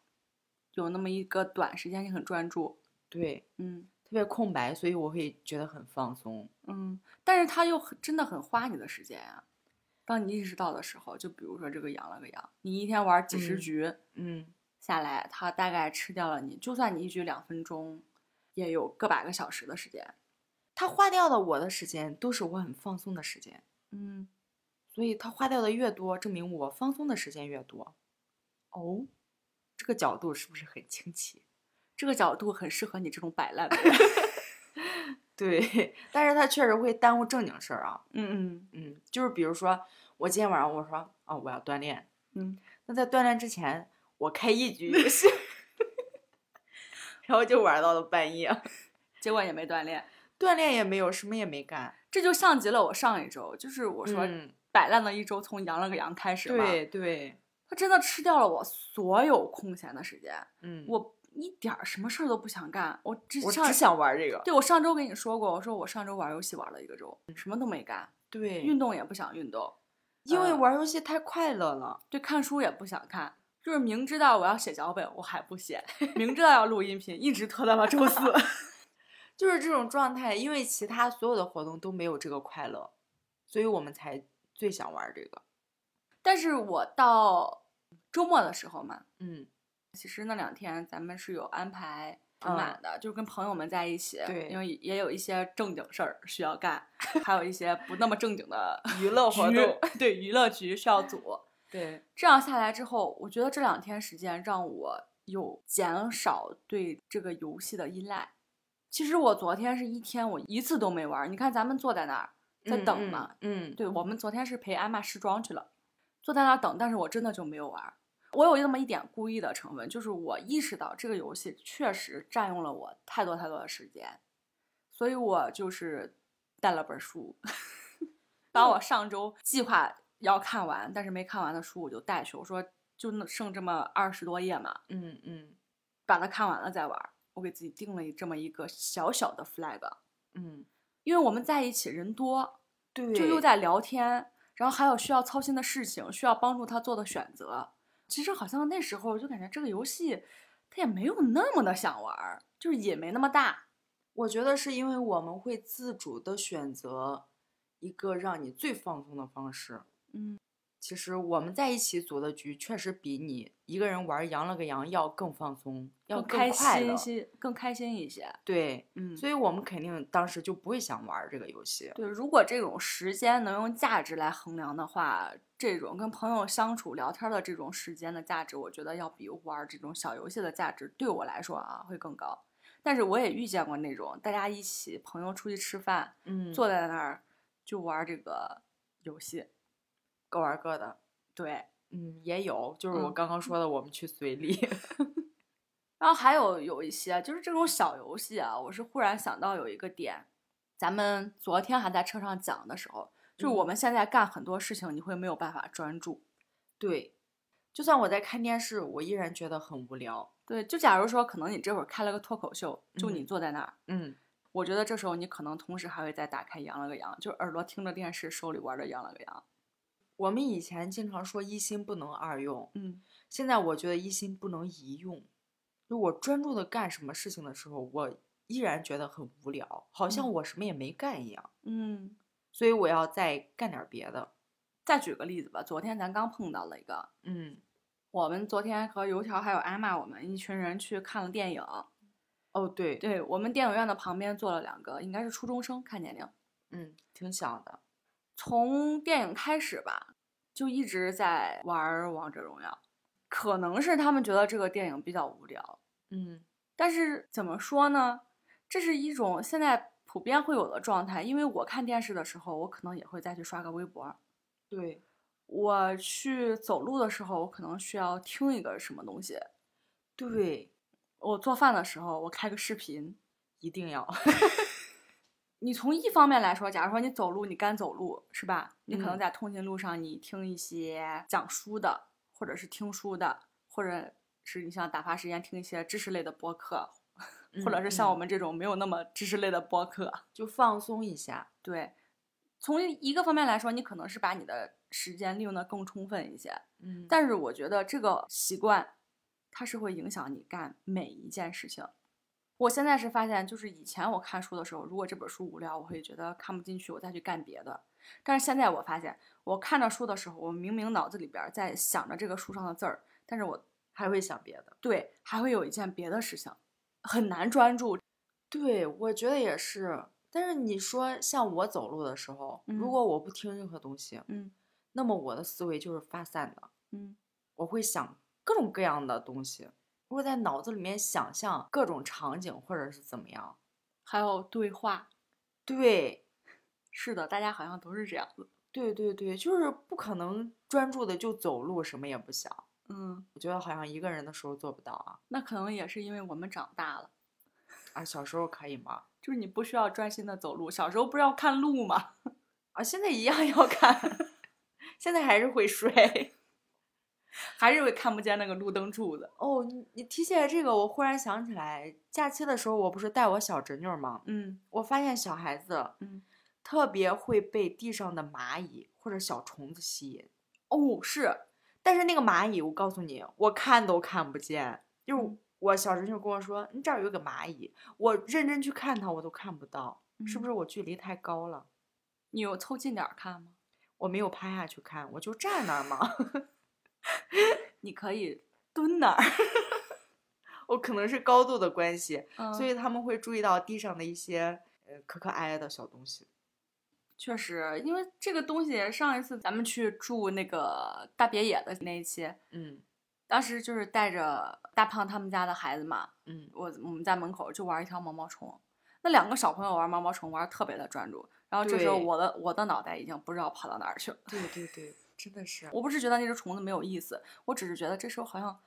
[SPEAKER 1] 有那么一个短时间你很专注，
[SPEAKER 2] 对，
[SPEAKER 1] 嗯
[SPEAKER 2] 特别空白，所以我会觉得很放松。
[SPEAKER 1] 嗯，但是它又很真的很花你的时间啊。当你意识到的时候，就比如说这个羊了个羊，你一天玩几十
[SPEAKER 2] 嗯
[SPEAKER 1] 局、
[SPEAKER 2] 嗯，
[SPEAKER 1] 下来，它大概吃掉了你，就算你一局两分钟，也有个把个小时的时间。
[SPEAKER 2] 他花掉的我的时间都是我很放松的时间，
[SPEAKER 1] 嗯，
[SPEAKER 2] 所以他花掉的越多，证明我放松的时间越多。
[SPEAKER 1] 哦，
[SPEAKER 2] 这个角度是不是很清奇？
[SPEAKER 1] 这个角度很适合你这种摆烂的人。
[SPEAKER 2] *laughs* 对，但是他确实会耽误正经事儿啊。
[SPEAKER 1] 嗯嗯
[SPEAKER 2] 嗯，就是比如说，我今天晚上我说啊、我要锻炼，
[SPEAKER 1] 嗯，
[SPEAKER 2] 那在锻炼之前，我开一局游戏， *laughs* 然后就玩到了半夜， *laughs*
[SPEAKER 1] 结果也没锻炼。
[SPEAKER 2] 锻炼也没有，什么也没干。
[SPEAKER 1] 这就像极了我上一周，就是我
[SPEAKER 2] 我
[SPEAKER 1] 说
[SPEAKER 2] 说，
[SPEAKER 1] 摆烂了一周，从阳了个羊开始嘛，
[SPEAKER 2] 嗯对对，
[SPEAKER 1] 它真的吃掉了我所有空闲的时间，
[SPEAKER 2] 嗯，
[SPEAKER 1] 我一点儿什么事儿都不想干，我只
[SPEAKER 2] 我
[SPEAKER 1] 上
[SPEAKER 2] 只想玩这个，
[SPEAKER 1] 对我上周跟你说过，我说我上周玩游戏玩了一个周，什么都没干，
[SPEAKER 2] 对嗯
[SPEAKER 1] 运动也不想运动，
[SPEAKER 2] 因为
[SPEAKER 1] 呃
[SPEAKER 2] 玩游戏太快乐了，
[SPEAKER 1] 对，看书也不想看。就是明知道我要写脚本，我还不写； *laughs* 明知道要录音频，一直拖到了周四。 *laughs*
[SPEAKER 2] 就是这种状态，因为其他所有的活动都没有这个快乐，所以我们才最想玩这个。
[SPEAKER 1] 但是我到周末的时候嘛，
[SPEAKER 2] 嗯，
[SPEAKER 1] 其实那两天咱们是有安排挺
[SPEAKER 2] 嗯
[SPEAKER 1] 满的，就是跟朋友们在一起，
[SPEAKER 2] 对
[SPEAKER 1] 因为也有一些正经事儿需要干， *laughs* 还有一些不那么正经的 *laughs*
[SPEAKER 2] *laughs* 娱乐活
[SPEAKER 1] 局
[SPEAKER 2] 动，，
[SPEAKER 1] 对娱乐局需要组。
[SPEAKER 2] 对，
[SPEAKER 1] 这样下来之后，我觉得这两天时间让我有减少对这个游戏的依赖。其实我昨天是一天我一次都没玩儿，你看咱们坐在那儿在
[SPEAKER 2] 嗯
[SPEAKER 1] 等嘛，，
[SPEAKER 2] 嗯，嗯
[SPEAKER 1] 对，我们昨天是陪艾玛试妆去了，坐在那儿等，但是我真的就没有玩儿。我有那么一点故意的成分，就是我意识到这个游戏确实占用了我太多太多的时间，所以我就是带了本儿书， *laughs* 把我上周计划要看完但是没看完的书我就带去，我说就那剩这么二十多页嘛，
[SPEAKER 2] 嗯嗯
[SPEAKER 1] 把它看完了再玩儿。我给自己定了一这么一个小小的 flag，
[SPEAKER 2] 嗯，
[SPEAKER 1] 因为我们在一起人多，
[SPEAKER 2] 对，
[SPEAKER 1] 就又在聊天，然后还有需要操心的事情，需要帮助他做的选择。其实好像那时候就感觉这个游戏，他也没有那么的想玩儿，就是瘾没那么大。
[SPEAKER 2] 我觉得是因为我们会自主的选择一个让你最放松的方式。
[SPEAKER 1] 嗯，
[SPEAKER 2] 其实我们在一起组的局，确实比你一个人玩儿羊了个羊要更放松，要
[SPEAKER 1] 更开
[SPEAKER 2] 快乐
[SPEAKER 1] 心。些，更开心一些。
[SPEAKER 2] 对，
[SPEAKER 1] 嗯
[SPEAKER 2] 所以我们肯定当时就不会想玩儿这个游戏。
[SPEAKER 1] 对，如果这种时间能用价值来衡量的话，这种跟朋友相处聊天儿的这种时间的价值，我觉得要比玩儿这种小游戏的价值对我来说啊会更高。但是我也遇见过那种大家一起朋友出去吃饭，
[SPEAKER 2] 嗯
[SPEAKER 1] 坐在那儿就玩儿这个游戏。
[SPEAKER 2] 各玩各的。
[SPEAKER 1] 对，
[SPEAKER 2] 嗯，也有，就是我
[SPEAKER 1] 嗯
[SPEAKER 2] 刚刚说的，我们去随礼。
[SPEAKER 1] 然后还有有一些就是这种小游戏啊，我是忽然想到有一个点，咱们昨天还在车上讲的时候，就是我
[SPEAKER 2] 嗯
[SPEAKER 1] 们现在干很多事情，你会没有办法专注。
[SPEAKER 2] *laughs* 对，就算我在看电视，我依然觉得很无聊。
[SPEAKER 1] 对，就假如说可能你这会儿开了个脱口秀，就你
[SPEAKER 2] 嗯
[SPEAKER 1] 坐在那儿，
[SPEAKER 2] 嗯，
[SPEAKER 1] 我觉得这时候你可能同时还会再打开《羊了个羊》，就耳朵听着电视，手里玩着《羊了个羊》。
[SPEAKER 2] 我们以前经常说一心不能二用，
[SPEAKER 1] 嗯，
[SPEAKER 2] 现在我觉得一心不能一用。就我专注的干什么事情的时候，我依然觉得很无聊，好像
[SPEAKER 1] 嗯
[SPEAKER 2] 我什么也没干一样。
[SPEAKER 1] 嗯，
[SPEAKER 2] 所以我要再干点儿别的。
[SPEAKER 1] 再举个例子吧，昨天咱刚碰到了一个，
[SPEAKER 2] 嗯，
[SPEAKER 1] 我们昨天和油条还有阿玛我们一群人去看了电影，
[SPEAKER 2] 哦对，
[SPEAKER 1] 对我们电影院的旁边坐了两个，应该是初中生，看年龄。
[SPEAKER 2] 嗯，挺想的。
[SPEAKER 1] 从电影开始吧，就一直在玩儿王者荣耀，可能是他们觉得这个电影比较无聊，
[SPEAKER 2] 嗯
[SPEAKER 1] 但是怎么说呢？这是一种现在普遍会有的状态。因为我看电视的时候，我可能也会再去刷个微博；，
[SPEAKER 2] 对，
[SPEAKER 1] 我去走路的时候，我可能需要听一个什么东西；
[SPEAKER 2] 对，
[SPEAKER 1] 我做饭的时候，我开个视频。
[SPEAKER 2] 一定要。 *laughs*
[SPEAKER 1] 你从一方面来说，假如说你走路，你干走路是吧？你可能
[SPEAKER 2] 嗯
[SPEAKER 1] 在通勤路上，你听一些讲书的，或者是听书的，或者是你想打发时间听一些知识类的播客，或者是像我
[SPEAKER 2] 们
[SPEAKER 1] 们这种没有那么知识类的播客。
[SPEAKER 2] 就放松一下。
[SPEAKER 1] 对，从一个方面来说，你可能是把你的时间利用的更充分一些，
[SPEAKER 2] 嗯，
[SPEAKER 1] 但是我觉得这个习惯，它是会影响你干每一件事情。我现在是发现，就是以前我看书的时候，如果这本书无聊，我会觉得看不进去，我再去干别的。但是现在我发现，我看着书的时候，我明明脑子里边儿在想着这个书上的字儿，但是我
[SPEAKER 2] 还会想别的。
[SPEAKER 1] 对还会有一件别的事情，很难专注。
[SPEAKER 2] 对，我觉得也是。但是你说像我走路的时候，
[SPEAKER 1] 嗯
[SPEAKER 2] 如果我不听任何东西，
[SPEAKER 1] 嗯
[SPEAKER 2] 那么我的思维就是发散的，
[SPEAKER 1] 嗯
[SPEAKER 2] 我会想各种各样的东西，我会在脑子里面想象各种场景或者是怎么样。
[SPEAKER 1] 还有对话，
[SPEAKER 2] 对，
[SPEAKER 1] 是的，大家好像都是这样子。
[SPEAKER 2] 对对对，就是不可能专注的就走路，什么也不想。
[SPEAKER 1] 嗯，
[SPEAKER 2] 我觉得好像一个人的时候做不到啊，
[SPEAKER 1] 那可能也是因为我们长大了，
[SPEAKER 2] 啊，小时候可以吗？
[SPEAKER 1] 就是你不需要专心的走路。小时候不是要看路吗？
[SPEAKER 2] 啊，现在一样要看， *laughs* 现在还是会睡。
[SPEAKER 1] 还是会看不见那个路灯柱子。
[SPEAKER 2] 哦，你你提起来这个，我忽然想起来，假期的时候我不是带我小侄女儿吗？
[SPEAKER 1] 嗯
[SPEAKER 2] 我发现小孩子
[SPEAKER 1] 嗯，
[SPEAKER 2] 特别会被地上的蚂蚁或者小虫子吸引，
[SPEAKER 1] 哦，是，
[SPEAKER 2] 但是那个蚂蚁，我告诉你，我看都看不见。就是
[SPEAKER 1] 嗯
[SPEAKER 2] 我小侄女跟我说，你这儿有个蚂蚁，我认真去看它，我都看不到，是不
[SPEAKER 1] 嗯
[SPEAKER 2] 是我距离太高了？
[SPEAKER 1] 你有凑近点儿看吗？
[SPEAKER 2] 我没有趴下去看，我就站那儿嘛。 *laughs*
[SPEAKER 1] 你可以蹲那儿，
[SPEAKER 2] 我可能是高度的关系，所
[SPEAKER 1] 所以
[SPEAKER 2] 以他们会注意到地上的一些呃可可爱爱的小东西。
[SPEAKER 1] 确实，因为这个东西，上一次咱们去住那个大别野的那一期，
[SPEAKER 2] 嗯
[SPEAKER 1] 当时就是带着大胖他们家的孩子嘛，
[SPEAKER 2] 嗯，
[SPEAKER 1] 我我们在门口就玩一条毛毛虫，那两个小朋友玩毛毛虫玩得特别的专注，然后这时候
[SPEAKER 2] 对
[SPEAKER 1] 我的我的脑袋已经不知道跑到哪儿去了。
[SPEAKER 2] 对对对，真的是。
[SPEAKER 1] 我不是觉得那只虫子没有意思，我只是觉得这时候好像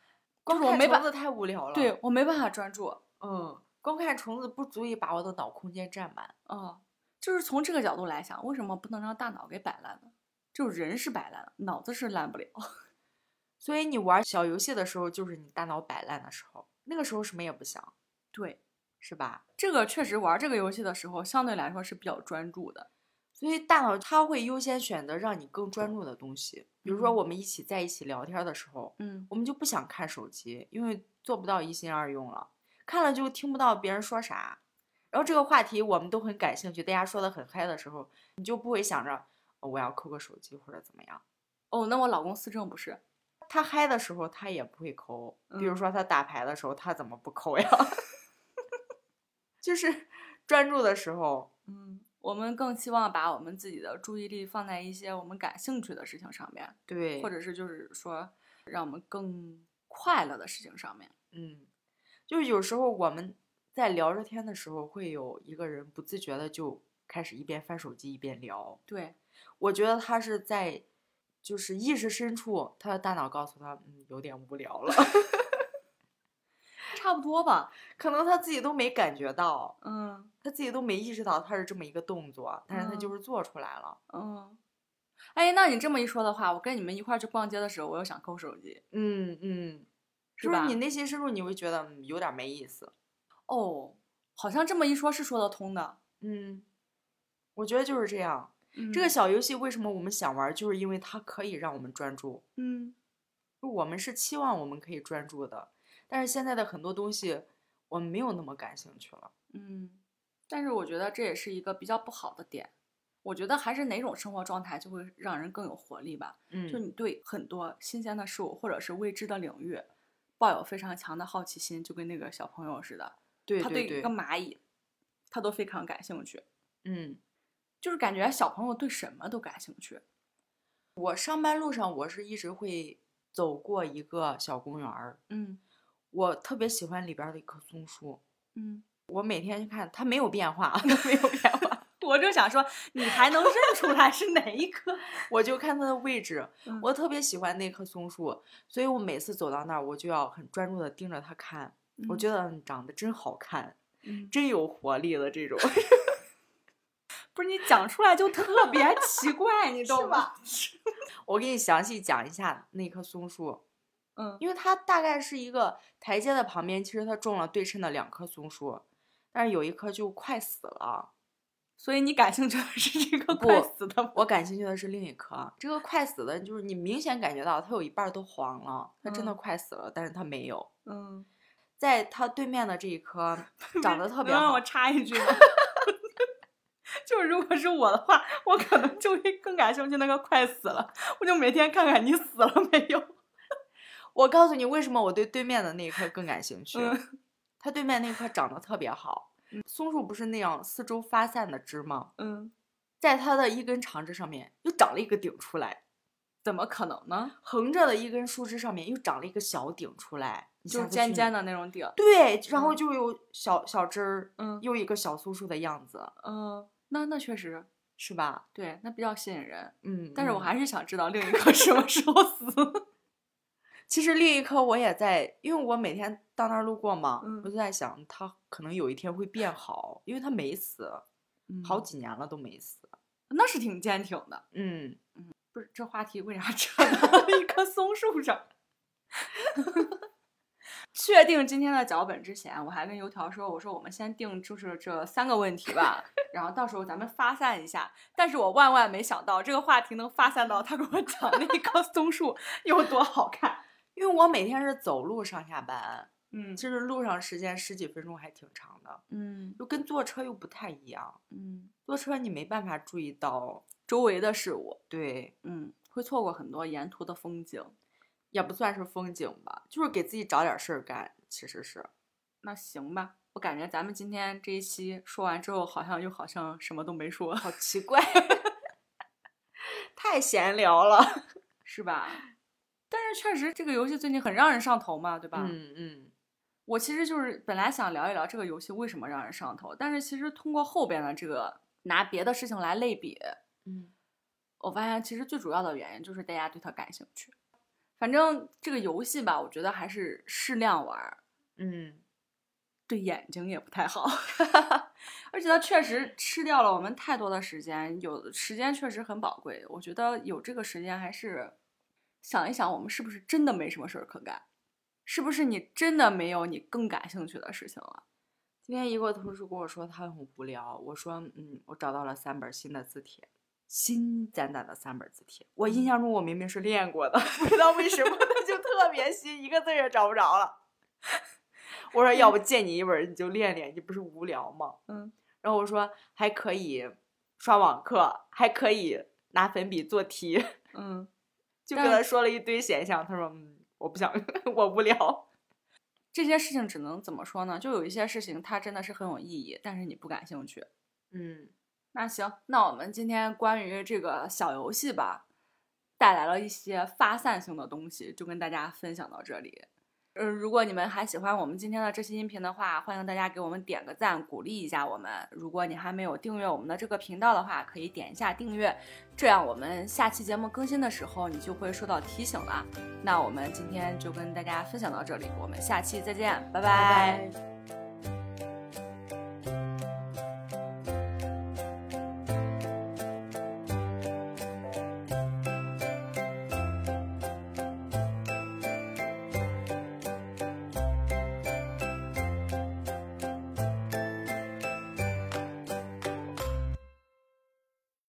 [SPEAKER 2] 光
[SPEAKER 1] 就是我
[SPEAKER 2] 看
[SPEAKER 1] 没
[SPEAKER 2] 虫
[SPEAKER 1] 办
[SPEAKER 2] 子太无聊了。
[SPEAKER 1] 对，我没办法专注。
[SPEAKER 2] 嗯，光看虫子不足以把我的脑空间占满。
[SPEAKER 1] 哦，就是从这个角度来想，为什么不能让大脑给摆烂呢？就是人是摆烂的，脑子是烂不了。 *laughs*
[SPEAKER 2] 所以你玩小游戏的时候，就是你大脑摆烂的时候，那个时候什么也不想，
[SPEAKER 1] 对，
[SPEAKER 2] 是吧？
[SPEAKER 1] 这个确实玩这个游戏的时候，相对来说是比较专注的。
[SPEAKER 2] 所以大脑它会优先选择让你更专注的东西，比如说
[SPEAKER 1] 嗯
[SPEAKER 2] 我们一起在一起聊天的时候，
[SPEAKER 1] 嗯，
[SPEAKER 2] 我们就不想看手机，因为做不到一心二用了，看了就听不到别人说啥。然后这个话题我们都很感兴趣，大家说的很嗨的时候，你就不会想着、哦我要抠个手机或者怎么样。
[SPEAKER 1] 哦，那我老公思政不是，
[SPEAKER 2] 他嗨的时候他也不会抠，比如
[SPEAKER 1] 嗯
[SPEAKER 2] 说他打牌的时候他怎么不抠呀？ *laughs* 就是专注的时候，
[SPEAKER 1] 嗯，我们更希望把我们自己的注意力放在一些我们感兴趣的事情上面，
[SPEAKER 2] 对，
[SPEAKER 1] 或者是就是说，让我们更快乐的事情上面。
[SPEAKER 2] 嗯，就是有时候我们在聊着天的时候，会有一个人不自觉的就开始一边翻手机一边聊。
[SPEAKER 1] 对，
[SPEAKER 2] 我觉得他是在，就是意识深处，他的大脑告诉他，嗯，有点无聊了， *laughs*
[SPEAKER 1] 差不多吧。
[SPEAKER 2] 可能他自己都没感觉到，
[SPEAKER 1] 嗯
[SPEAKER 2] 他自己都没意识到他是这么一个动作，但是他就是做出来了。
[SPEAKER 1] 嗯。哎，那你这么一说的话，我跟你们一块儿去逛街的时候，我又想抠手机。
[SPEAKER 2] 嗯嗯，
[SPEAKER 1] 是
[SPEAKER 2] 就是
[SPEAKER 1] 吧
[SPEAKER 2] 你内心深处你会觉得嗯有点没意思。
[SPEAKER 1] 哦，好像这么一说，是说得通的。
[SPEAKER 2] 嗯，我觉得就是这样。这个
[SPEAKER 1] 嗯
[SPEAKER 2] 小游戏为什么我们想玩儿，就是因为它可以让我们专注。
[SPEAKER 1] 嗯
[SPEAKER 2] 就我们是期望我们可以专注的，但是现在的很多东西我们没有那么感兴趣了。
[SPEAKER 1] 嗯，但是我觉得这也是一个比较不好的点。我觉得还是哪种生活状态就会让人更有活力吧。
[SPEAKER 2] 嗯
[SPEAKER 1] 就你对很多新鲜的事物或者是未知的领域，抱有非常强的好奇心，就跟那个小朋友似的，
[SPEAKER 2] 对
[SPEAKER 1] 他
[SPEAKER 2] 对
[SPEAKER 1] 一
[SPEAKER 2] 对
[SPEAKER 1] 个，蚂蚁，他都非常感兴趣。
[SPEAKER 2] 嗯，
[SPEAKER 1] 就是感觉小朋友对什么都感兴趣。
[SPEAKER 2] 我上班路上我是一直会走过一个小公园儿，
[SPEAKER 1] 嗯
[SPEAKER 2] 我特别喜欢里边儿的一棵松树，
[SPEAKER 1] 嗯，
[SPEAKER 2] 我每天去看它没有变化， *laughs* 没有变化，
[SPEAKER 1] 我就想说，你还能认出来是
[SPEAKER 2] *laughs*
[SPEAKER 1] 哪一棵？
[SPEAKER 2] 我就看它的位置，
[SPEAKER 1] 嗯
[SPEAKER 2] 我特别喜欢那棵松树，所以我每次走到那儿，我就要很专注的盯着它看，我觉
[SPEAKER 1] 得、
[SPEAKER 2] 得嗯长得真好看，
[SPEAKER 1] 嗯
[SPEAKER 2] 真有活力的这种， *laughs*
[SPEAKER 1] 不是你讲出来就 *laughs* 特别奇怪，你懂吗？
[SPEAKER 2] 我给你详细讲一下那棵松树，
[SPEAKER 1] 嗯
[SPEAKER 2] 因为它大概是一个台阶的旁边，其实它种了对称的两棵松树，但是有一棵就快死了。
[SPEAKER 1] 所以你感兴趣的是这个
[SPEAKER 2] 不
[SPEAKER 1] 快死的吗？
[SPEAKER 2] 我感兴趣的是另一棵，啊这个快死的，就是你明显感觉到它有一半儿都黄了，它真的
[SPEAKER 1] 嗯
[SPEAKER 2] 快死了，但是它没有。
[SPEAKER 1] 嗯，
[SPEAKER 2] 在它对面的这一
[SPEAKER 1] *laughs*
[SPEAKER 2] 棵长得特别
[SPEAKER 1] 能让
[SPEAKER 2] 好
[SPEAKER 1] 我，插一 *laughs* 句吗？就是如果是我的话，我可能就会更感兴趣那个快死了，我就每天看看你死了没有。
[SPEAKER 2] 我告诉你为什么我对对面的那一棵更感兴趣。
[SPEAKER 1] 嗯
[SPEAKER 2] 它对面那棵长得特别好，嗯松树不是那样四周发散的枝吗？
[SPEAKER 1] 嗯，
[SPEAKER 2] 在它的一根长枝上面又长了一个顶出来，
[SPEAKER 1] 怎么可能呢？
[SPEAKER 2] 横着的一根树枝上面又长了一个小顶出来，你
[SPEAKER 1] 就
[SPEAKER 2] 下
[SPEAKER 1] 是
[SPEAKER 2] 次
[SPEAKER 1] 尖
[SPEAKER 2] 去
[SPEAKER 1] 尖
[SPEAKER 2] 你。
[SPEAKER 1] 的那种顶。
[SPEAKER 2] 对，然后
[SPEAKER 1] 嗯
[SPEAKER 2] 就有小小枝儿，
[SPEAKER 1] 嗯
[SPEAKER 2] 又一个小松树的样子，
[SPEAKER 1] 嗯，那那确实
[SPEAKER 2] 是吧？
[SPEAKER 1] 对，那比较吸引人。
[SPEAKER 2] 嗯，
[SPEAKER 1] 但是我
[SPEAKER 2] 嗯
[SPEAKER 1] 还是想知道另一个什么时候死。
[SPEAKER 2] 其实另一棵我也在，因为我每天到那儿路过嘛，
[SPEAKER 1] 嗯
[SPEAKER 2] 我就在想它可能有一天会变好，因为它没死，好几年了都没死。
[SPEAKER 1] 嗯那是挺坚挺的。
[SPEAKER 2] 嗯，
[SPEAKER 1] 不是这话题为啥 *laughs* 扯到一棵松树上？ *laughs* 确定今天的脚本之前，我还跟油条说：“我说我们先定就是这三个问题吧，然后到时候咱们发散一下。”但是我万万没想到这个话题能发散到他给我讲那棵松树有多好看。
[SPEAKER 2] 因为我每天是走路上下班，
[SPEAKER 1] 嗯
[SPEAKER 2] 其实路上时间十几分钟还挺长的，
[SPEAKER 1] 嗯
[SPEAKER 2] 就跟坐车又不太一样。
[SPEAKER 1] 嗯，
[SPEAKER 2] 坐车你没办法注意到，
[SPEAKER 1] 周围的事物，
[SPEAKER 2] 对，
[SPEAKER 1] 嗯，会错过很多沿途的风景。
[SPEAKER 2] 也不算是风景吧，就是给自己找点事儿干，其实是。
[SPEAKER 1] 那行吧，我感觉咱们今天这一期说完之后，好像又好像什么都没说，
[SPEAKER 2] 好奇怪，太闲聊了。
[SPEAKER 1] 是吧？ *laughs* 但是确实，这个游戏最近很让人上头嘛，对吧？
[SPEAKER 2] 嗯嗯，
[SPEAKER 1] 我其实就是本来想聊一聊这个游戏为什么让人上头，但是其实通过后边的这个拿别的事情来类比，
[SPEAKER 2] 嗯，
[SPEAKER 1] 我发现其实最主要的原因就是大家对它感兴趣。反正这个游戏吧，我觉得还是适量玩儿，
[SPEAKER 2] 嗯，
[SPEAKER 1] 对眼睛也不太好， *laughs* 而且它确实吃掉了我们太多的时间，有时间确实很宝贵。我觉得有这个时间，还是想一想我们是不是真的没什么事儿可干，是不是你真的没有你更感兴趣的事情了？
[SPEAKER 2] 今天一个同事跟我说他很无聊，我说嗯，我找到了三本新的字帖，新崭崭的三本字帖。我
[SPEAKER 1] 嗯
[SPEAKER 2] 印象中我明明是练过的，不知道为什么它就特别新，一个字儿也找不着了。我说要不借你一本儿你就练练，你不是无聊吗？
[SPEAKER 1] 嗯，
[SPEAKER 2] 然后我说还可以刷网课，还可以拿粉笔做题，
[SPEAKER 1] 嗯，
[SPEAKER 2] 就
[SPEAKER 1] 但
[SPEAKER 2] 跟他
[SPEAKER 1] 是
[SPEAKER 2] 说了一堆选项，他说嗯，我不想， *laughs* 我无聊。
[SPEAKER 1] 这些事情只能怎么说呢？就有一些事情它真的是很有意义，但是你不感兴趣。
[SPEAKER 2] 嗯
[SPEAKER 1] 那行，那我们今天关于这个小游戏吧，带来了一些发散性的东西，就跟大家分享到这里。呃，如果你们还喜欢我们今天的这期音频的话，欢迎大家给我们点个赞，鼓励一下我们。如果你还没有订阅我们的这个频道的话，可以点一下订阅，这样我们下期节目更新的时候，你就会收到提醒了。那我们今天就跟大家分享到这里，我们下期再见，拜拜
[SPEAKER 2] 拜